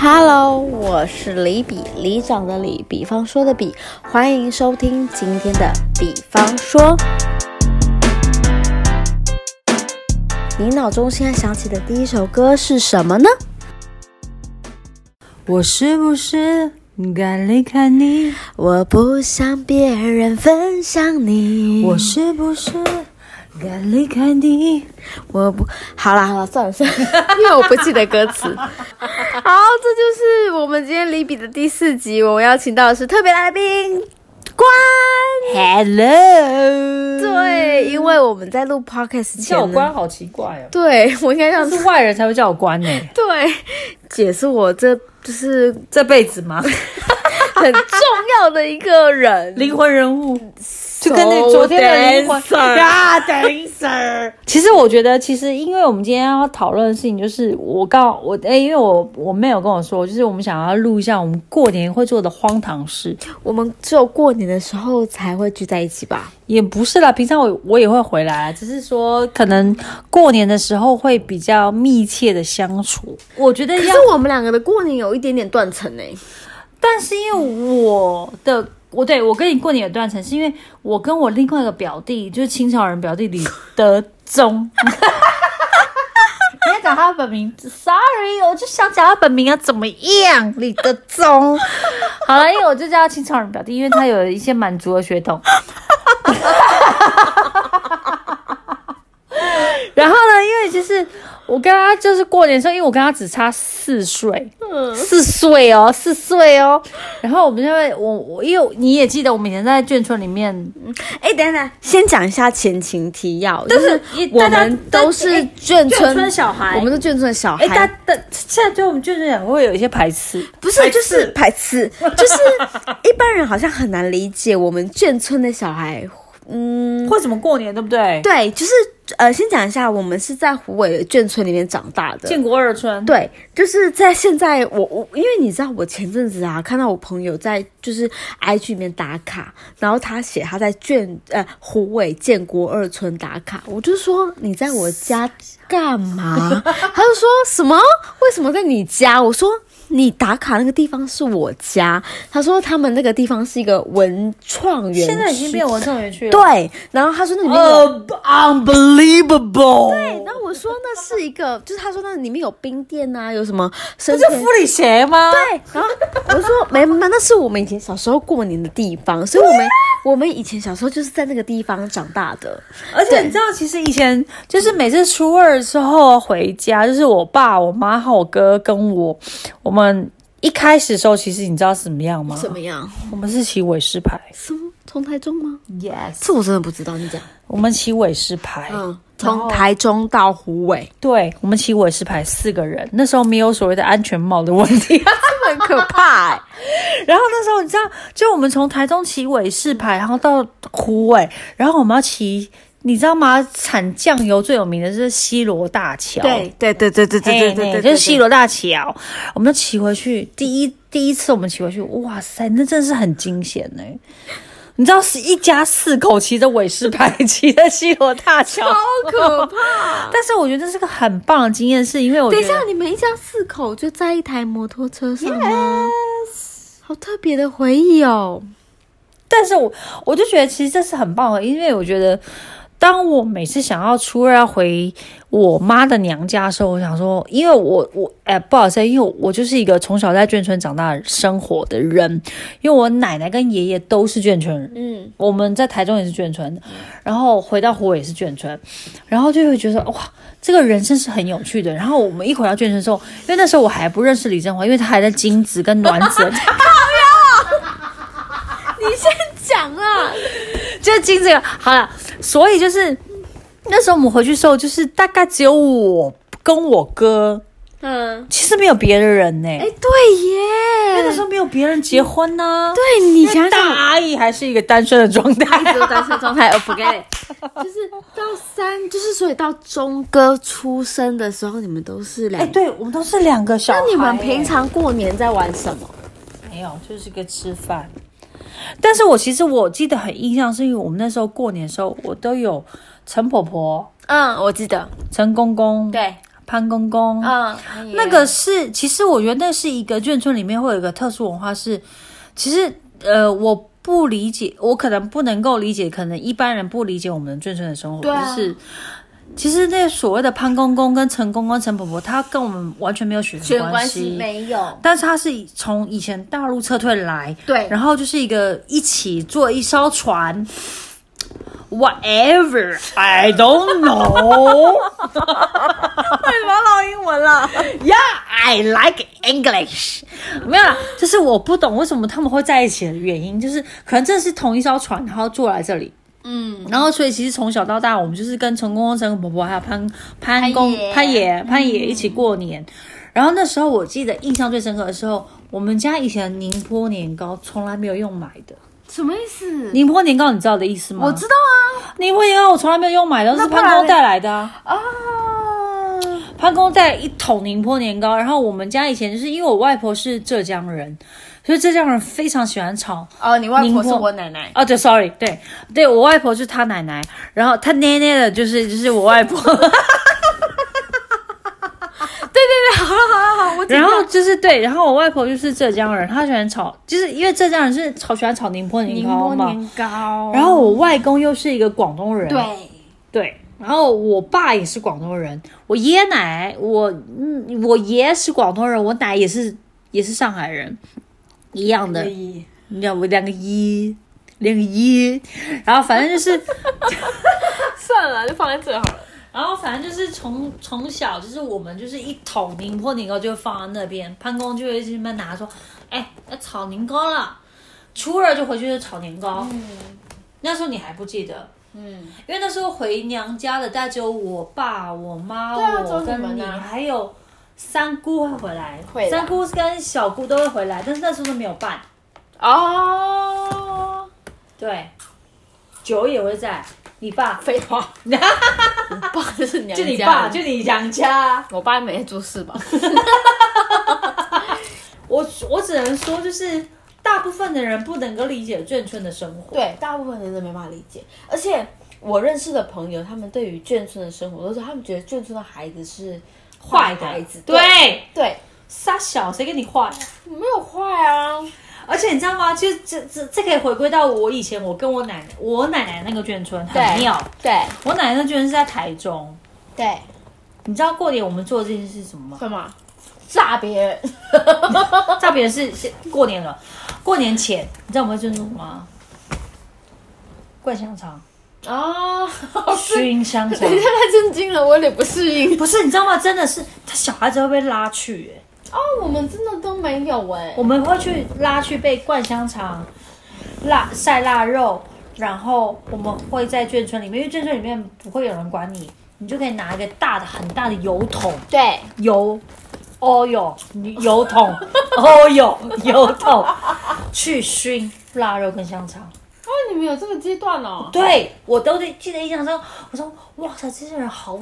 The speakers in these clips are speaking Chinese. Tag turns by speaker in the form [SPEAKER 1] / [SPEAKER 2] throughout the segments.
[SPEAKER 1] Hello，我是李比，里长的李，比方说的比，欢迎收听今天的《比方说》。你脑中现在想起的第一首歌是什么呢？
[SPEAKER 2] 我是不是该离开你？
[SPEAKER 1] 我不想别人分享你。
[SPEAKER 2] 我是不是该离开你？
[SPEAKER 1] 我不好啦好啦，算了 算了，因为我不记得歌词。
[SPEAKER 3] 好，这就是我们今天离比的第四集。我们邀请到的是特别来宾关。
[SPEAKER 2] Hello，
[SPEAKER 3] 对，因为我们在录 podcast 前
[SPEAKER 2] 叫我
[SPEAKER 3] 呢，
[SPEAKER 2] 关好奇怪哦，
[SPEAKER 3] 对我应该这样
[SPEAKER 2] 这
[SPEAKER 3] 说。
[SPEAKER 2] 是外人才会叫我关呢、
[SPEAKER 3] 对，姐是我这就是
[SPEAKER 2] 这辈子 吗？
[SPEAKER 3] 很重要的一个人。
[SPEAKER 2] 灵魂人物， 就跟那
[SPEAKER 3] So
[SPEAKER 2] 昨天的灵魂
[SPEAKER 3] dancer
[SPEAKER 2] 啊，dancer。其实我觉得，其实因为我们今天要讨论的事情，就是我告我哎、因为我我妹有跟我说，就是我们想要录一下我们过年会做的荒唐事，
[SPEAKER 3] 我们只有过年的时候才会聚在一起吧？
[SPEAKER 2] 也不是啦，平常我我也会回来，啊只是说可能过年的时候会比较密切的相处。我觉得
[SPEAKER 3] 可
[SPEAKER 2] 要
[SPEAKER 3] 是，我们两个的过年有一点点断层诶、
[SPEAKER 2] 但是因为我的我对我跟你过年有断层，是因为我跟我另外一个表弟，就是清朝人表弟李德宗。你要讲他的本名，sorry，我就想讲他本名啊，怎么样？李德宗。 好了，因为我就叫他清朝人表弟，因为他有一些满族的血统。然后呢，因为其实我跟他就是过年的时候，因为我跟他只差四岁，四岁哦，四岁哦。然后我们就会，我我因为你也记得，我们以前在眷村里面，
[SPEAKER 3] 哎、等一下，
[SPEAKER 1] 先讲一下前情提要，
[SPEAKER 2] 但
[SPEAKER 1] 就是是我
[SPEAKER 2] 大家
[SPEAKER 1] 们都是眷
[SPEAKER 2] 眷
[SPEAKER 1] 村
[SPEAKER 2] 村小孩
[SPEAKER 1] 我们是眷村的小孩。
[SPEAKER 2] 哎，大但现在对我们眷村也会有一些排斥，
[SPEAKER 1] 不是，就是排斥，就是一般人好像很难理解我们眷村的小孩。嗯，
[SPEAKER 2] 或怎么过年，对不对？
[SPEAKER 1] 对，就是呃，先讲一下，我们是在湖北的眷村里面长大的。
[SPEAKER 2] 建国二村，
[SPEAKER 1] 对，就是在现在我我，因为你知道，我前阵子啊，看到我朋友在就是 IG 里面打卡，然后他写他在眷呃湖北建国二村打卡，我就说你在我家干 嘛？他就说什么？为什么在你家？我说。你打卡那个地方是我家，他说他们那个地方是一个文创园区，
[SPEAKER 2] 现在已经变文创园区了。
[SPEAKER 1] 对，然后他说那里面有、
[SPEAKER 2] 呃、unbelievable，
[SPEAKER 1] 对，哎那我说那是一个，就是他说那里面有冰店啊，有什么生
[SPEAKER 2] 这是
[SPEAKER 1] 鲜
[SPEAKER 2] 福利鞋吗？对，
[SPEAKER 1] 对，然后我说没没，没那是我们以前小时候过年的地方，所以我们、我们以前小时候就是在那个地方长大的。
[SPEAKER 2] 而且你知道，其实以前就是每次初二之后回家，就是我爸、我妈和我哥跟我，我们一开始的时候，其实你知道是怎么样吗？
[SPEAKER 1] 怎么样？
[SPEAKER 2] 我们是骑尾狮牌
[SPEAKER 1] 什么？啊从台中吗？
[SPEAKER 2] ，yes，
[SPEAKER 1] 这我真的不知道，你讲。
[SPEAKER 2] 我们骑尾狮牌，
[SPEAKER 1] 嗯，从台中到湖尾，
[SPEAKER 2] 对，我们骑尾狮牌四个人，那时候没有所谓的安全帽的问 题。
[SPEAKER 1] 很可怕、欸。
[SPEAKER 2] 然后那时候你知道，就我们从台中骑尾市牌，然后到湖尾，然后我们要骑，你知道吗？产酱油最有名的是西罗大桥，
[SPEAKER 1] 对哦对对对对对对对对，
[SPEAKER 2] 就是西罗大桥，我们就骑回去。第一第一次我们骑回去，哇塞，那真的是很惊险呢、你知道是一家四口骑着尾狮牌，骑着西罗 大桥，
[SPEAKER 1] 哦
[SPEAKER 3] 好可怕！
[SPEAKER 2] 但是我觉得这是个很棒的经验，是因为我
[SPEAKER 3] 等
[SPEAKER 2] 觉
[SPEAKER 3] 一下，
[SPEAKER 2] 得
[SPEAKER 3] 你们一家四口就在一台摩托车上吗好特别的回忆哦。
[SPEAKER 2] 但是我我就觉得其实这是很棒的，因为我觉得，当我每次想要初二要回我妈的娘家的时候，我想说，因为我我哎、不好意思，因为我就是一个从小在眷村长大生活的人，因为我奶奶跟爷爷都是眷村人，
[SPEAKER 3] 嗯，
[SPEAKER 2] 我们在台中也是眷村，然后回到湖北也是眷村，然后就会觉得哇，这个人生是很有趣的。然后我们一回到眷村之后，因为那时候我还不认识李振华，因为他还在精子跟卵子 的
[SPEAKER 3] 你先讲啊。
[SPEAKER 2] 就是经这个好了，所以就是那时候我们回去的时候，就是大概只有我跟我哥，
[SPEAKER 3] 嗯，
[SPEAKER 2] 其实没有别的人呢、
[SPEAKER 3] 哎、对耶，
[SPEAKER 2] 那时候没有别人结婚呢、
[SPEAKER 3] 对你想
[SPEAKER 2] 大
[SPEAKER 3] 想，
[SPEAKER 2] 阿姨还是一个单身的状态。
[SPEAKER 3] 只有单身状态，我 forget，就是到三，就是所以到钟哥出生的时候，你们都是两
[SPEAKER 2] 哎、
[SPEAKER 3] 个。
[SPEAKER 2] 对我们都是两个小孩、
[SPEAKER 3] 那你们平常过年在玩什么？
[SPEAKER 2] 没有，就是个吃饭。但是我其实我记得很印象，是因为我们那时候过年的时候，我都有陈婆婆、
[SPEAKER 3] 嗯，我记得，
[SPEAKER 2] 陈公公、
[SPEAKER 3] 对，
[SPEAKER 2] 潘公公，
[SPEAKER 3] 嗯，
[SPEAKER 2] 那个是，其实我觉得那是一个眷村里面会有一个特殊文化是，其实呃，我不理解，我可能不能够理解，可能一般人不理解我们眷村的生活，
[SPEAKER 3] 对啊
[SPEAKER 2] 就是其实那所谓的潘公公跟陈公公、陈婆婆，他跟我们完全没有血
[SPEAKER 3] 血
[SPEAKER 2] 缘
[SPEAKER 3] 缘
[SPEAKER 2] 关
[SPEAKER 3] 关系没有，
[SPEAKER 2] 但是他是从以前大陆撤退来，
[SPEAKER 3] 对
[SPEAKER 2] 然后就是一个一起坐一艘船，whatever I don't know，
[SPEAKER 1] 马老英文了，
[SPEAKER 2] Yeah, I like English。没有啦，就是我不懂为什么他们会在一起的原因，就是可能真的是同一艘船，然后坐来这里。
[SPEAKER 3] 嗯，
[SPEAKER 2] 然后所以其实从小到大，我们就是跟陈公公、陈公婆婆还有潘潘公
[SPEAKER 3] 潘
[SPEAKER 2] 潘
[SPEAKER 3] 爷嗯
[SPEAKER 2] 爷潘爷一起过年。然后那时候我记得印象最深刻的时候，我们家以前宁波年糕从来没有用买的。
[SPEAKER 3] 什么意思？
[SPEAKER 2] 宁波年糕你知道我的意思吗？
[SPEAKER 3] 我知道啊，
[SPEAKER 2] 宁波年糕我从来没有用买的，都是
[SPEAKER 3] 不然
[SPEAKER 2] 潘公
[SPEAKER 3] 嘞
[SPEAKER 2] 带来的啊。
[SPEAKER 3] 啊，
[SPEAKER 2] 潘公带一桶宁波年糕，然后我们家以前就是因为我外婆是浙江人，所以浙江人非常喜欢炒。
[SPEAKER 3] 哦，你外
[SPEAKER 2] 宁
[SPEAKER 3] 婆
[SPEAKER 2] 波
[SPEAKER 3] 是我奶奶，
[SPEAKER 2] 哦，对，sorry，对，对我外婆就是她奶奶，然后她奶奶的就是就是我外婆，
[SPEAKER 3] 啊，我
[SPEAKER 2] 然后就是对，然后我外婆就是浙江人，她喜欢炒，就是因为浙江人是炒喜欢炒宁波年
[SPEAKER 3] 宁
[SPEAKER 2] 糕
[SPEAKER 3] 波
[SPEAKER 2] 嘛，
[SPEAKER 3] 年糕，
[SPEAKER 2] 然后我外公又是一个广东人，
[SPEAKER 3] 对，
[SPEAKER 2] 对，然后我爸也是广东人，我爷爷奶奶，我嗯，我爷是广东人，我奶也是也是上海人，一样的，你知道我两个一，两个一，然后反正就是，
[SPEAKER 3] 算了，就放在这好了。
[SPEAKER 2] 然后反正就是从从小就是我们就是一桶宁波年糕就放在那边，潘公就会一直慢拿说，哎，要炒年糕了，初二就回去就炒年糕，那时候你还不记得，
[SPEAKER 3] 嗯，
[SPEAKER 2] 因为那时候回娘家的，大概只有我爸、我妈、
[SPEAKER 3] 对啊只有
[SPEAKER 2] 我
[SPEAKER 3] 你
[SPEAKER 2] 跟
[SPEAKER 3] 们
[SPEAKER 2] 你，
[SPEAKER 3] 啊
[SPEAKER 2] 还有三姑会回来，
[SPEAKER 3] 会啦
[SPEAKER 2] 三姑跟小姑都会回来，但是那时候都没有办。
[SPEAKER 3] 哦，
[SPEAKER 2] 对，九也会在，你爸，
[SPEAKER 3] 废话， 我爸就是娘
[SPEAKER 2] 就
[SPEAKER 3] 家，
[SPEAKER 2] 你爸，就你娘家。
[SPEAKER 3] 我爸没在做事 吧？
[SPEAKER 2] 我我只能说，就是大部分的人不能够理解眷村的生活。
[SPEAKER 3] 对，大部分人都没办法理解，而且我认识的朋友，他们对于眷村的生活，都是他们觉得眷村的孩子是
[SPEAKER 2] 坏的
[SPEAKER 3] 孩子，
[SPEAKER 2] 对，
[SPEAKER 3] 对，
[SPEAKER 2] 傻小，谁跟你坏啊？
[SPEAKER 3] 没有坏啊，
[SPEAKER 2] 而且你知道吗？就这这这可以回归到我以前我跟我奶奶，我奶奶那个眷村很
[SPEAKER 3] 对
[SPEAKER 2] 妙。，
[SPEAKER 3] 对
[SPEAKER 2] 我奶奶那眷村是在台中，
[SPEAKER 3] 对，
[SPEAKER 2] 你知道过年我们做这件事是什么 吗？
[SPEAKER 3] 干嘛炸别人？
[SPEAKER 2] 差别是是过年了，过年前你知道我们会做什么吗？灌香肠、
[SPEAKER 3] 啊！
[SPEAKER 2] 熏香肠
[SPEAKER 3] 等一，下，太震惊了，我有点不适 应。
[SPEAKER 2] 不是你知道吗？真的是他小孩子会被拉去、欸，
[SPEAKER 3] 哦，我们真的都没有哎、
[SPEAKER 2] 我们会去拉去被灌香肠、腊晒腊肉，然后我们会在眷村里面，因为眷村里面不会有人管你，你就可以拿一个大的很大的油桶，
[SPEAKER 3] 对，
[SPEAKER 2] 油哦哟，油桶哦哟，油桶去熏腊肉跟香肠。
[SPEAKER 3] 哦，你们有这个阶段哦。
[SPEAKER 2] 对我都得记得印象中，我说哇塞，这些人好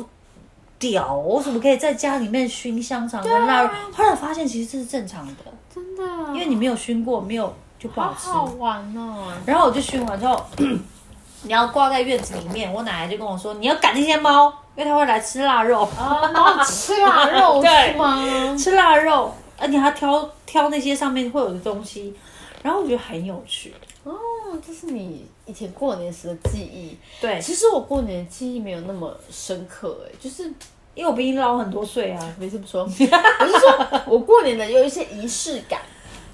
[SPEAKER 2] 屌、哦，我怎么可以在家里面熏香肠跟腊肉？后来发现其实这是正常的，
[SPEAKER 3] 真的，
[SPEAKER 2] 因为你没有熏过，没有就不
[SPEAKER 3] 好
[SPEAKER 2] 好吃。
[SPEAKER 3] 好玩哦。
[SPEAKER 2] 然后我就熏完之后， 你要挂在院子里面，我奶奶就跟我说你要赶那些猫，因为它会来吃腊肉。
[SPEAKER 3] 啊，然后吃腊肉
[SPEAKER 2] 对
[SPEAKER 3] 是吗？
[SPEAKER 2] 吃腊肉，而且还挑挑那些上面会有的东西，然后我觉得很有趣。
[SPEAKER 3] 哦，这是你以前过年时的记忆。
[SPEAKER 2] 对，
[SPEAKER 3] 其实我过年的记忆没有那么深刻，哎，就是
[SPEAKER 2] 因为我比你老很多岁啊。
[SPEAKER 3] 没这么说，我是 说我过年的有一些仪式感，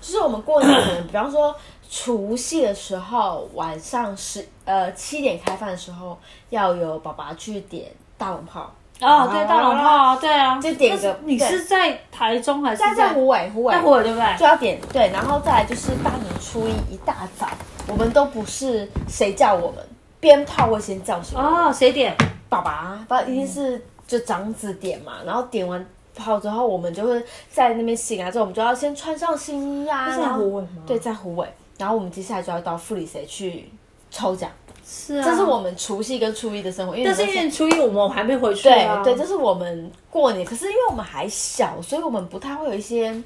[SPEAKER 3] 就是我们过年可能，比方说除夕的时候，晚上十呃七点开饭的时候，要有爸爸去点大龙炮，
[SPEAKER 2] 哦，对，大龙炮，对啊，
[SPEAKER 3] 就点个
[SPEAKER 2] 那是你是在台中还是
[SPEAKER 3] 在在虎尾虎尾
[SPEAKER 2] 在虎尾对不对？
[SPEAKER 3] 就要点对，然后再来就是大年初一一大早，我们都不是谁叫我们，鞭炮会先叫醒我们
[SPEAKER 2] 哦，谁点？
[SPEAKER 3] 爸爸，爸爸一定是就长子点嘛，然后点完炮之后，我们就会在那边醒来之后，我们就要先穿上新衣啊，
[SPEAKER 2] 是在
[SPEAKER 3] 然后
[SPEAKER 2] 虎尾吗
[SPEAKER 3] 对，在虎尾，然后我们接下来就要到富里谁去抽奖，
[SPEAKER 2] 是啊，
[SPEAKER 3] 这是我。们除夕跟初一的生活，因为
[SPEAKER 2] 但是
[SPEAKER 3] 你
[SPEAKER 2] 因
[SPEAKER 3] 们
[SPEAKER 2] 为初一我们还没回去
[SPEAKER 3] 对
[SPEAKER 2] 啊。
[SPEAKER 3] 对，这是我们过年，可是因为我们还小，所以我们不太会有一些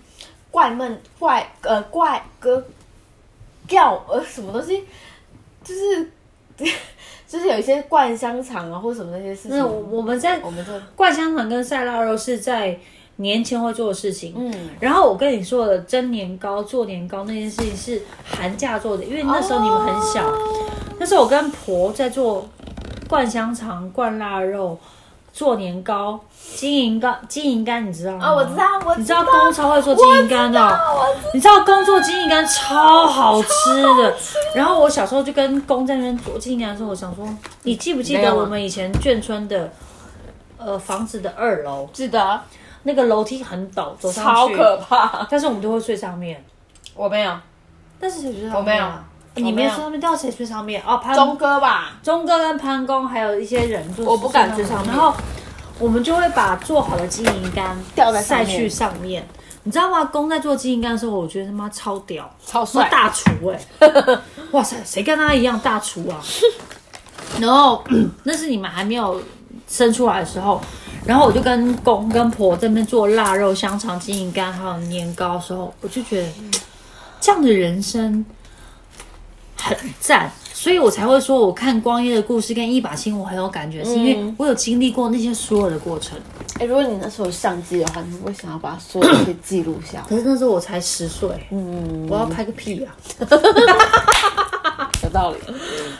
[SPEAKER 3] 怪闷怪呃怪哥叫呃什么东西，就是就是有一些灌香肠啊或什么那些事情，
[SPEAKER 2] 那我我们在
[SPEAKER 3] 我们就
[SPEAKER 2] 灌香肠跟塞腊肉是在年前会做的事情。
[SPEAKER 3] 嗯，
[SPEAKER 2] 然后我跟你说的蒸年糕、做年糕那件事情是寒假做的，因为那时候你们很小。
[SPEAKER 3] 哦
[SPEAKER 2] 那时候我跟婆在做灌香肠、灌腊肉、做年糕、金银糕、 金银柑，你知道吗？
[SPEAKER 3] 啊，我知道，我
[SPEAKER 2] 你知道公超会做金银柑的哦、
[SPEAKER 3] 我知道
[SPEAKER 2] 你知道公做金银柑超好吃的。然后我小时候就跟公在那边做金银柑的时候，我想说，你记不记
[SPEAKER 3] 没有
[SPEAKER 2] 得
[SPEAKER 3] 啊
[SPEAKER 2] 我们以前眷村的呃房子的二楼
[SPEAKER 3] 记得，
[SPEAKER 2] 那个楼梯很陡，走上去
[SPEAKER 3] 超可怕，
[SPEAKER 2] 但是我们都会睡上面。
[SPEAKER 3] 我没有，
[SPEAKER 2] 但是谁睡上面、
[SPEAKER 3] 我没
[SPEAKER 2] 啊
[SPEAKER 3] 有
[SPEAKER 2] 你没
[SPEAKER 3] 我没
[SPEAKER 2] 有
[SPEAKER 3] 有
[SPEAKER 2] 睡上面，到底谁睡上面？哦，潘
[SPEAKER 3] 钟哥吧，
[SPEAKER 2] 钟哥跟潘公还有一些人住，
[SPEAKER 3] 我不敢睡上面
[SPEAKER 2] 然后我们就会把做好的金银柑
[SPEAKER 3] 吊在上
[SPEAKER 2] 晒
[SPEAKER 3] 面
[SPEAKER 2] 去上面。你知道吗？公在做金银柑的时候，我觉得他妈超屌，
[SPEAKER 3] 超
[SPEAKER 2] 是大厨哎、 哇塞，谁跟他一样大厨啊？ 然后 那是你们还没有生出来的时候，然后我就跟公跟婆这边做腊肉、香肠、金银柑还有年糕的时候，我就觉得嗯这样的人生很赞，所以我才会说，我看光耶的故事跟一把青我很有感觉，是因为嗯我有经历过那些所有的过程。
[SPEAKER 3] 哎、如果你那时候有相机的话，你会不会想要把所有东西记录下来？
[SPEAKER 2] 可是那时候我才十岁，我要拍个屁啊！
[SPEAKER 3] 有道理。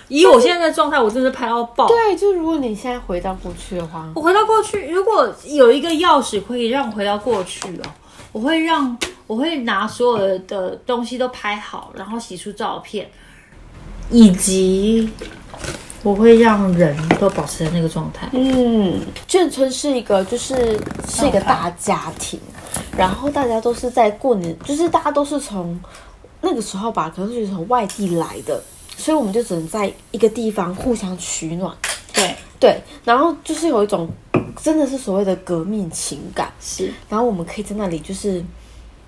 [SPEAKER 2] 以我现在的状态，我真的是拍到爆。
[SPEAKER 3] 对，就如果你现在回到过去的话，
[SPEAKER 2] 我回到过去，如果有一个钥匙可以让我回到过去哦，我会让我会拿所有的东西都拍好，然后洗出照片，以及我会让人都保持在那个状态。
[SPEAKER 3] 嗯，眷村是一个就是是一个大家庭，然后大家都是在过年，就是大家都是从那个时候吧，可能是从外地来的，所以我们就只能在一个地方互相取暖。
[SPEAKER 2] 对，
[SPEAKER 3] 对，然后就是有一种真的是所谓的革命情感，
[SPEAKER 2] 是
[SPEAKER 3] 然后我们可以在那里就是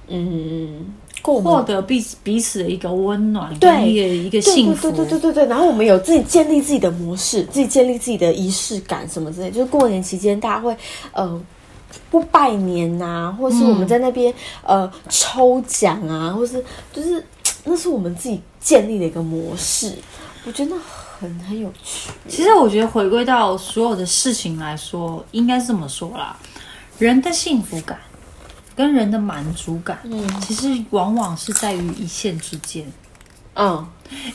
[SPEAKER 3] 嗯过我们
[SPEAKER 2] 获得彼此彼此的一个温暖，
[SPEAKER 3] 对
[SPEAKER 2] 跟一个一个
[SPEAKER 3] 对
[SPEAKER 2] 幸福。
[SPEAKER 3] 对对对对对。然后我们有自己建立自己的模式，自己建立自己的仪式感什么之类。就是过年期间，大家会呃。不拜年呐、或是我们在那边、呃抽奖啊，或是就是那是我们自己建立的一个模式，我觉得那很很有趣。
[SPEAKER 2] 其实我觉得回归到所有的事情来说，应该这么说啦，人的幸福感跟人的满足感，嗯，其实往往是在于一线之间。
[SPEAKER 3] 嗯，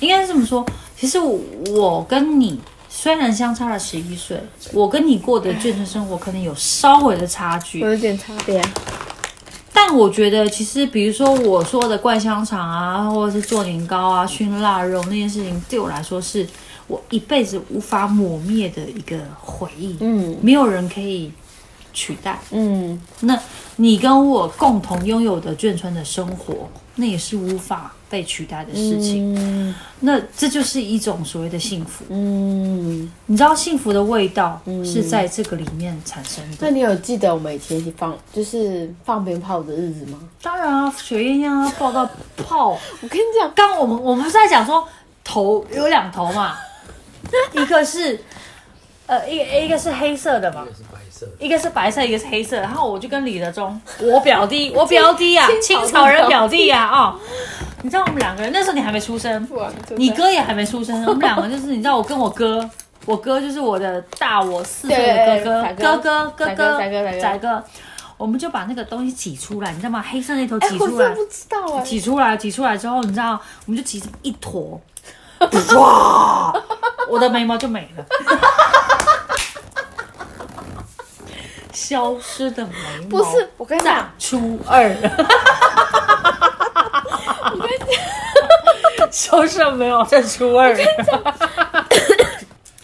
[SPEAKER 2] 应该是这么说，其实我我跟你虽然相差了十一岁，我跟你过的眷村生活可能有稍微的差距，
[SPEAKER 3] 有点差别。
[SPEAKER 2] 但我觉得其实比如说我说的灌香肠啊，或者是做年糕啊、熏腊肉那件事情，对我来说是我一辈子无法抹灭的一个回忆，
[SPEAKER 3] 嗯
[SPEAKER 2] 没有人可以取代。
[SPEAKER 3] 嗯，
[SPEAKER 2] 那你跟我共同拥有的眷村的生活，那也是无法被取代的事情。
[SPEAKER 3] 嗯
[SPEAKER 2] 那这就是一种所谓的幸福。
[SPEAKER 3] 嗯，
[SPEAKER 2] 你知道幸福的味道是在这个里面产生的。
[SPEAKER 3] 那你有记得我们以前一起放就是放鞭炮的日子吗？
[SPEAKER 2] 当然啊，雪艳艳啊，爆到炮。
[SPEAKER 3] 我跟你讲，
[SPEAKER 2] 刚刚我们我们是在讲说头有两头嘛，一个是呃一个一个是黑色的嘛
[SPEAKER 4] 这，个是白色的，
[SPEAKER 2] 一个是白色，一个是黑色。然后我就跟李德忠，我表弟，我表弟啊，
[SPEAKER 3] 清
[SPEAKER 2] 清
[SPEAKER 3] 朝
[SPEAKER 2] 朝人表弟啊，哦，你知道我们两个人那时候你还没出生，你哥也还没出生，我们两个就是你知道我跟我哥，我哥就是我的大我四岁的哥
[SPEAKER 3] 对
[SPEAKER 2] 哥，哥哥
[SPEAKER 3] 宰哥宰
[SPEAKER 2] 哥哥
[SPEAKER 3] 哥宰哥
[SPEAKER 2] 宰哥，我们就把那个东西挤出来，你知道吗？黑色那头
[SPEAKER 3] 哎、
[SPEAKER 2] 挤
[SPEAKER 3] 我
[SPEAKER 2] 出
[SPEAKER 3] 真
[SPEAKER 2] 来，
[SPEAKER 3] 的不知道哎、
[SPEAKER 2] 挤出来，挤出来之后，你知道，我们就挤成一坨，哇，我的眉毛就没了。消失的眉毛
[SPEAKER 3] 不是，我跟你讲，
[SPEAKER 2] 初二，消失的眉毛在初二，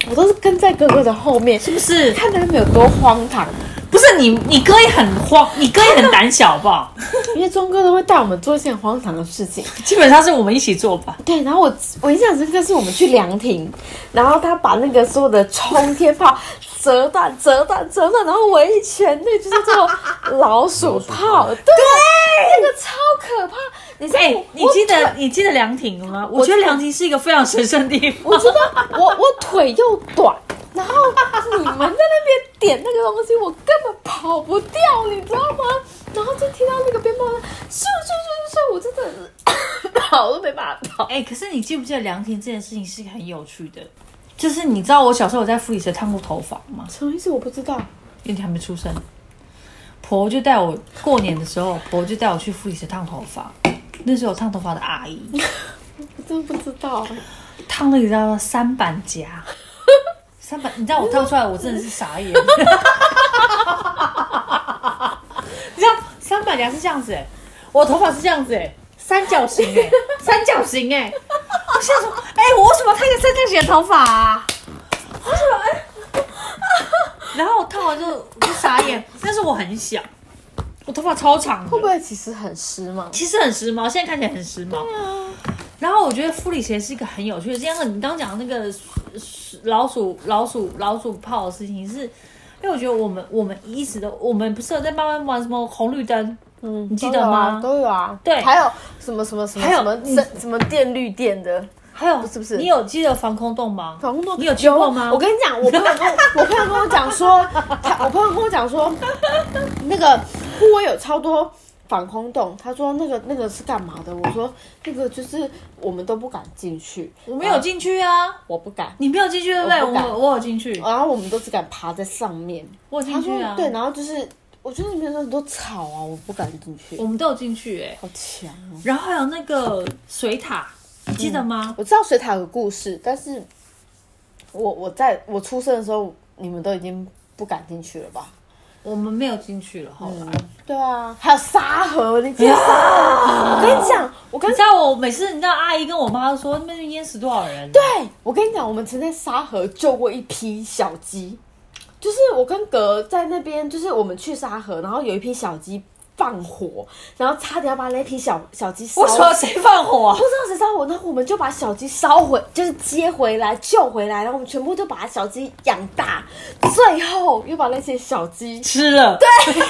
[SPEAKER 3] 我都是跟在哥哥的后面，是
[SPEAKER 2] 不是？
[SPEAKER 3] 看他们有多荒唐，
[SPEAKER 2] 不是你，你哥也很慌，你哥也很胆小 吧？
[SPEAKER 3] 因为钟哥都会带我们做一些很荒唐的事情。
[SPEAKER 2] 基本上是我们一起做吧。
[SPEAKER 3] 对，然后我我印象深刻是我们去凉亭，然后他把那个所有的冲天炮折断、折断、折断，然后围一圈，那就是做老鼠炮，对，那个超可怕。你知道
[SPEAKER 2] 哎、
[SPEAKER 3] 我
[SPEAKER 2] 你记得你记得凉亭吗？我觉得凉亭是一个非常神圣的地方
[SPEAKER 3] 我。知道我我腿又短，然后你们在那边点那个东西，我根本跑不掉，你知道吗？然后就听到那个鞭炮声，咻咻咻咻咻，我真的是跑都没办法跑。
[SPEAKER 2] 哎、可是你记不记得凉亭这件事情是很有趣的？就是你知道我小时候有在府里社烫过头发吗？
[SPEAKER 3] 什么意思？我不知道。
[SPEAKER 2] 因为你还没出生，婆就带我过年的时候，婆就带我去富里社烫头发。那时候有烫头发的阿姨，
[SPEAKER 3] 我真不知道，
[SPEAKER 2] 烫那个叫三板夹， 三板，你知道我烫出来，我真的是傻眼。 你知道三板夹是这样子、欸，我头发是这样子、欸，三角形、欸，三角形，哎，我现在说，哎、我为什么烫一个三角形的头发啊？我什么？哎、然后我烫完之后我就傻眼，但是我很小，我头发超长的，
[SPEAKER 3] 会不会其实很湿嘛？
[SPEAKER 2] 其实很时髦，现在看起来很时髦。
[SPEAKER 3] 啊
[SPEAKER 2] 然后我觉得富里鞋是一个很有趣的，就像你刚刚讲的那个老鼠、老鼠、老鼠泡的事情是，因为我觉得我们我们一直都我们不是有在慢慢玩什么红绿灯，
[SPEAKER 3] 嗯，
[SPEAKER 2] 你记得吗
[SPEAKER 3] 都有啊，
[SPEAKER 2] 对
[SPEAKER 3] 还有什么什么什么
[SPEAKER 2] 还有
[SPEAKER 3] 什么
[SPEAKER 2] 你
[SPEAKER 3] 什什么电绿电的。
[SPEAKER 2] 还有
[SPEAKER 3] 不是不是
[SPEAKER 2] 你有记得防空洞吗？
[SPEAKER 3] 防空洞
[SPEAKER 2] 你有去过吗？
[SPEAKER 3] 我跟你讲，我朋友跟 我我朋友跟我讲说，他我朋友跟我讲说，那个户外有超多防空洞，他说那个那个是干嘛的？我说那个就是我们都不敢进去，
[SPEAKER 2] 我没有进去啊，
[SPEAKER 3] 我不敢。
[SPEAKER 2] 你没有进去对不对？
[SPEAKER 3] 我不敢
[SPEAKER 2] 我我有进去，
[SPEAKER 3] 然后我们都只敢爬在上面。
[SPEAKER 2] 我有
[SPEAKER 3] 他
[SPEAKER 2] 进
[SPEAKER 3] 说
[SPEAKER 2] 去啊，
[SPEAKER 3] 对，然后就是我觉得里面有很多草啊，我不敢进去
[SPEAKER 2] 我。们都有进去哎、
[SPEAKER 3] 好强哦！
[SPEAKER 2] 然后还有那个水塔，你记得吗？
[SPEAKER 3] 我知道水塔有个故事，但是我我在我出生的时候，你们都已经不敢进去了吧？
[SPEAKER 2] 我们没有进去了，后来。
[SPEAKER 3] 对啊，还有沙河，你记得沙河？我跟你讲，我跟
[SPEAKER 2] 你知道我每次，你知道阿姨跟我妈都说那边淹死多少人？对，
[SPEAKER 3] 对我跟你讲，我们曾在沙河救过一批小鸡，就是我跟格在那边，就是我们去沙河，然后有一批小鸡放火，然后差点要把那批小小 鸡烧
[SPEAKER 2] 为什么谁放火啊
[SPEAKER 3] 不？知道谁烧火，然后我们就把小鸡烧回，就是接回来救回来，然后我们全部就把小鸡养大，最后又把那些小鸡，
[SPEAKER 2] 吃了。对，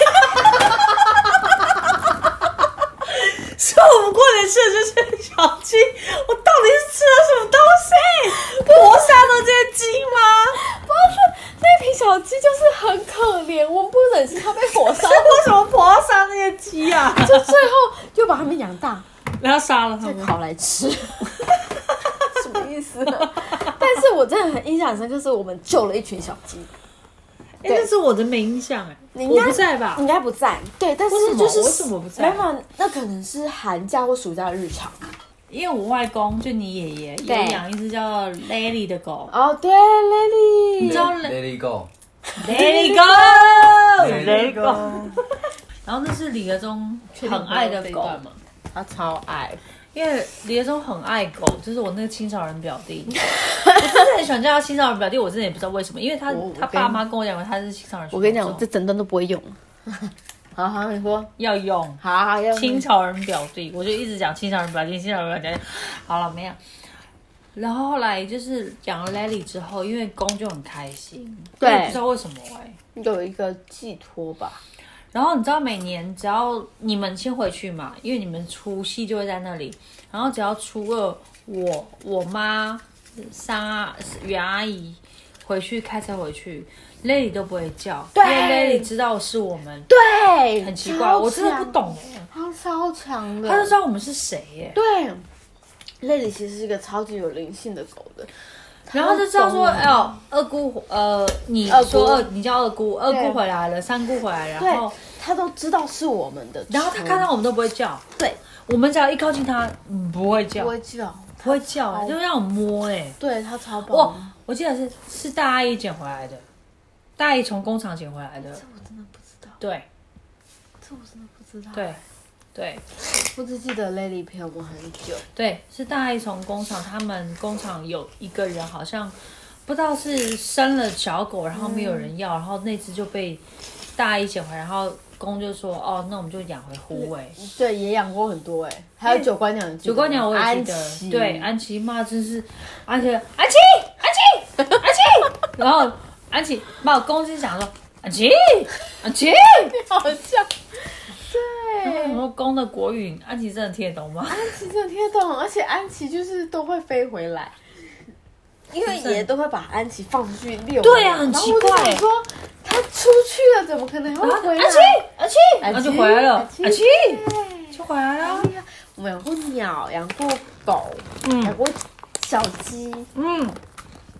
[SPEAKER 2] 所以我们过年吃的就是小鸡。我到底是吃了什么东西？活杀的这些鸡吗？
[SPEAKER 3] 不是那批小鸡就是很可怜，我们不忍心它被火烧
[SPEAKER 2] 是，为什么活杀那些鸡啊？
[SPEAKER 3] 就最后又把它们养大，
[SPEAKER 2] 然后杀了他
[SPEAKER 3] 再
[SPEAKER 2] 们。
[SPEAKER 3] 烤来吃，嗯 什么意思呢？但是我真的很印象很深刻，是我们救了一群小鸡，
[SPEAKER 2] 哎，那是我的没印象哎，
[SPEAKER 3] 你应
[SPEAKER 2] 我
[SPEAKER 3] 该
[SPEAKER 2] 不在吧
[SPEAKER 3] 应？该不在，对，但
[SPEAKER 2] 为什
[SPEAKER 3] 是
[SPEAKER 2] 么
[SPEAKER 3] 就是
[SPEAKER 2] 为什么不在
[SPEAKER 3] 没有，那可能是寒假或暑假的日常。
[SPEAKER 2] 因为我外公就你爷爷有
[SPEAKER 3] 对
[SPEAKER 2] 养一只叫 Lily 的狗
[SPEAKER 3] 哦，对，Lily，
[SPEAKER 2] 你知道
[SPEAKER 4] Let it go。
[SPEAKER 2] ，Lily go，
[SPEAKER 4] Let it go。
[SPEAKER 2] 然后那是李德忠很爱的狗，
[SPEAKER 3] 他超爱，
[SPEAKER 2] 因为李德忠很爱狗，就是我那个清少人表 弟，我真的很喜欢叫他清少人表弟，我真的也不知道为什么，因为他
[SPEAKER 3] 我我
[SPEAKER 2] 他
[SPEAKER 3] 跟
[SPEAKER 2] 爸妈跟我讲过他是清少人血统，
[SPEAKER 3] 我跟你讲，我这整段都不会用。好好，你说，
[SPEAKER 2] 要用
[SPEAKER 3] 好好要
[SPEAKER 2] 清朝人表弟，我就一直讲清朝人表弟，清朝人表弟。好了，没有。然后后来就是养了 Lily 之后，因为公就很开心，
[SPEAKER 3] 对
[SPEAKER 2] 我也不知道为什么哎、
[SPEAKER 3] 有一个寄托吧。
[SPEAKER 2] 然后你知道每年只要你们先回去嘛，因为你们除夕就会在那里，然后只要初二，我我妈、三阿、袁阿姨回去开车回去，Lily 都不会叫，因
[SPEAKER 3] 对
[SPEAKER 2] 为 Lily 知道是我们，
[SPEAKER 3] 对，
[SPEAKER 2] 很奇怪，我真的不懂
[SPEAKER 3] 超
[SPEAKER 2] 哎、
[SPEAKER 3] 强，他超强的，
[SPEAKER 2] 她就知道我们是谁耶、
[SPEAKER 3] 对。Lily 其实是一个超级有灵性的狗的，
[SPEAKER 2] 然后就知道说，
[SPEAKER 3] 她
[SPEAKER 2] 哎
[SPEAKER 3] 懂
[SPEAKER 2] 呦，二姑，呃，你
[SPEAKER 3] 二姑
[SPEAKER 2] 说二，你叫二姑，二
[SPEAKER 3] 对
[SPEAKER 2] 姑回来了，三姑回来了，然后
[SPEAKER 3] 对，它都知道是我们的。
[SPEAKER 2] 然后她看到我们都不会叫，
[SPEAKER 3] 对，
[SPEAKER 2] 我们只要一靠近她，嗯，不会叫
[SPEAKER 3] 不，会叫，
[SPEAKER 2] 不会叫、欸，就让我摸哎、欸，
[SPEAKER 3] 对它超棒。
[SPEAKER 2] 哇，我记得是是大阿姨捡回来的，大阿姨从工厂捡回来的，
[SPEAKER 3] 我真的不知道，
[SPEAKER 2] 对
[SPEAKER 3] 这我真的不知道。，
[SPEAKER 2] 对对
[SPEAKER 3] 我只记得 Lily 陪我们很久。
[SPEAKER 2] 对，是大阿姨从工厂，他们工厂有一个人好像不知道是生了小狗，然后没有人要，然后那只就被大阿姨捡回来，然后公就说哦，那我们就养回虎尾。
[SPEAKER 3] 对，也养过很多哎、还有九官鸟，
[SPEAKER 2] 嗯九官鸟我也记
[SPEAKER 3] 安
[SPEAKER 2] 得，
[SPEAKER 3] 琪，
[SPEAKER 2] 对，安琪妈真是，安琪，安琪，安琪，安琪，然后安琪把我公司想说，安琪，安琪，
[SPEAKER 3] 好像
[SPEAKER 2] 然
[SPEAKER 3] 对，
[SPEAKER 2] 后公的国语，安琪真的听得懂吗？
[SPEAKER 3] 安琪真的听得懂，而且安琪就是都会飞回来，因为爷爷都会把安琪放出去遛。
[SPEAKER 2] 对啊很
[SPEAKER 3] 然后
[SPEAKER 2] 奇
[SPEAKER 3] 我就
[SPEAKER 2] 怪
[SPEAKER 3] 想说他出去了，怎么可能会
[SPEAKER 2] 然后
[SPEAKER 3] 回来？
[SPEAKER 2] 安琪，安琪，然后就回来了，安琪就回来了，
[SPEAKER 3] 哎对呀我们养过鸟，养过狗，
[SPEAKER 2] 嗯
[SPEAKER 3] 养过小鸡，
[SPEAKER 2] 嗯，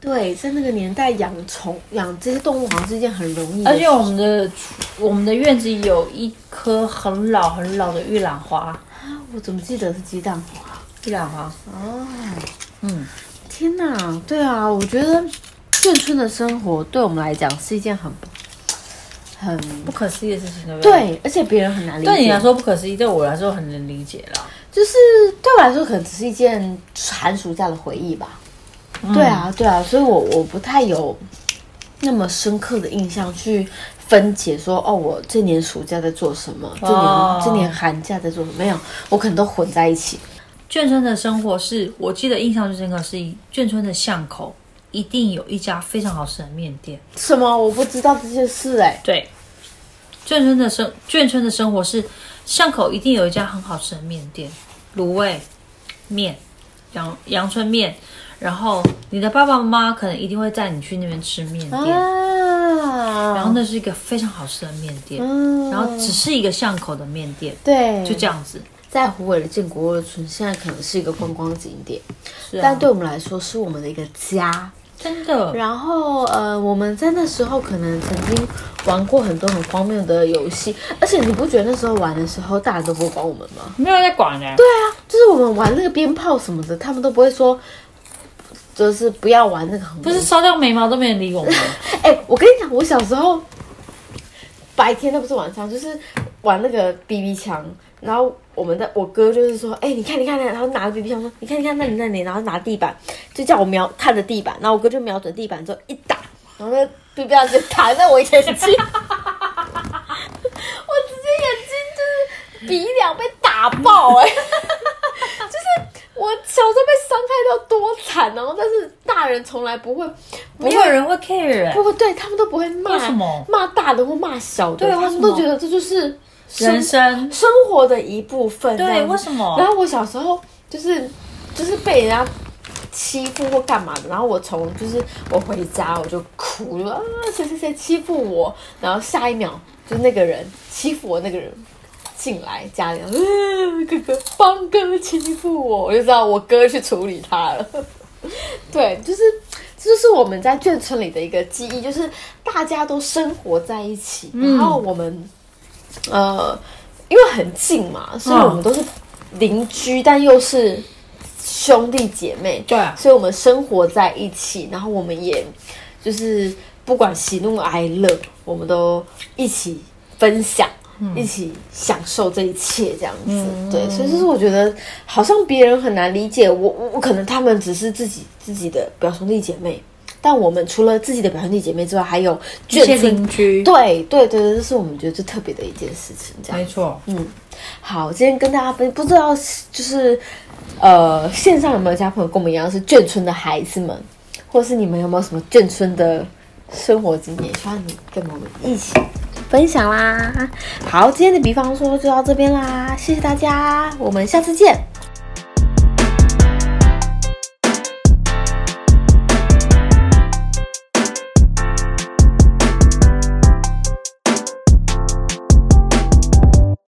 [SPEAKER 3] 对，在那个年代养宠养这些动物好像是一件很容易的
[SPEAKER 2] 而
[SPEAKER 3] 事情，
[SPEAKER 2] 且我们的我们的院子有一棵很老很老的玉兰花，
[SPEAKER 3] 我怎么记得是鸡蛋花？
[SPEAKER 2] 玉兰花，
[SPEAKER 3] 哦，
[SPEAKER 2] 嗯，
[SPEAKER 3] 天哪，对啊，我觉得眷村的生活对我们来讲是一件很很
[SPEAKER 2] 不可思议的事情，对不对？
[SPEAKER 3] 对，而且别人很难理解。
[SPEAKER 2] 对你来，说不可思议，对我来说很能理解啦。
[SPEAKER 3] 就是对我来说，可能只是一件寒暑假的回忆吧。
[SPEAKER 2] 嗯
[SPEAKER 3] 对啊，对啊，所以我我不太有那么深刻的印象去分解说，哦，我这年暑假在做什么，这年、
[SPEAKER 2] 哦
[SPEAKER 3] 这年寒假在做什么，没有，我可能都混在一起。
[SPEAKER 2] 眷村的生活是我记得印象最深刻是眷村的巷口一定有一家非常好吃的面店。
[SPEAKER 3] 什么？我不知道这些事哎、
[SPEAKER 2] 对，眷村的生眷村的生活是巷口一定有一家很好吃的面店，卤味面、阳阳春面，然后你的爸爸妈妈可能一定会带你去那边吃面店，
[SPEAKER 3] 啊，
[SPEAKER 2] 然后那是一个非常好吃的面店，
[SPEAKER 3] 嗯，
[SPEAKER 2] 然后只是一个巷口的面店，
[SPEAKER 3] 对，
[SPEAKER 2] 就这样子。
[SPEAKER 3] 在湖北的建国二村，现在可能是一个观光景点，
[SPEAKER 2] 是啊
[SPEAKER 3] 但对我们来说是我们的一个家。
[SPEAKER 2] 真的，
[SPEAKER 3] 然后呃，我们在那时候可能曾经玩过很多很荒谬的游戏，而且你不觉得那时候玩的时候大人都不管我们吗？
[SPEAKER 2] 没有人在管欸呢、
[SPEAKER 3] 对啊，就是我们玩那个鞭炮什么的，他们都不会说，就是不要玩那个很危
[SPEAKER 2] 不是烧掉眉毛都没人理我们。
[SPEAKER 3] 哎、我跟你讲，我小时候白天都不是晚上，就是玩那个 BB 枪，然后我们的我哥就是说，哎、你看你看，然后拿着 BB 枪说，你看你看那里那里，然后拿地板，就叫我瞄看着地板，然后我哥就瞄准地板之后一打，然后那 BB 枪就弹在我眼睛， 我直接眼睛就是鼻梁被打爆哎、 就是我小时候被伤害到多惨，然后但是大人从来不会，不
[SPEAKER 2] 没
[SPEAKER 3] 会
[SPEAKER 2] 有人会 care，欸
[SPEAKER 3] 不会，对他们都不会骂，
[SPEAKER 2] 为什么
[SPEAKER 3] 骂大的或骂小的？
[SPEAKER 2] 对
[SPEAKER 3] 他
[SPEAKER 2] 为什
[SPEAKER 3] 们
[SPEAKER 2] 么
[SPEAKER 3] 都觉得这就是
[SPEAKER 2] 人生
[SPEAKER 3] 生活的一部分。这
[SPEAKER 2] 对，
[SPEAKER 3] 样子
[SPEAKER 2] 为什么？
[SPEAKER 3] 然后我小时候就是就是被人家欺负或干嘛的，然后我从就是我回家我就哭了啊，谁谁谁欺负我，然后下一秒就那个人欺负我那个人。进来家里，嗯、哥哥帮哥欺负我，我就知道我哥去处理他了。 对，就是这就是我们在眷村里的一个记忆，就是大家都生活在一起，然后我们呃，因为很近嘛，所以我们都是邻居，但又是兄弟姐妹，
[SPEAKER 2] 对啊
[SPEAKER 3] 所以我们生活在一起，然后我们也就是不管喜怒哀乐，我们都一起分享。
[SPEAKER 2] 嗯
[SPEAKER 3] 一起享受这一切，这样子，对，所以就是我觉得好像别人很难理解我，我我可能他们只是自己自己的表兄弟姐妹，但我们除了自己的表兄弟姐妹之外，还有
[SPEAKER 2] 一些
[SPEAKER 3] 眷村
[SPEAKER 2] 邻居，
[SPEAKER 3] 对对对，对这是我们觉得最特别的一件事情。这
[SPEAKER 2] 没
[SPEAKER 3] 样，
[SPEAKER 2] 错。
[SPEAKER 3] 嗯，好，今天跟大家分，不知道就是呃，线上有没有其他朋友跟我们一样是眷村的孩子们，或是你们有没有什么眷村的生活经验，希望你跟我们一起分享啦。好，今天的比方说就到这边啦，谢谢大家，我们下次见，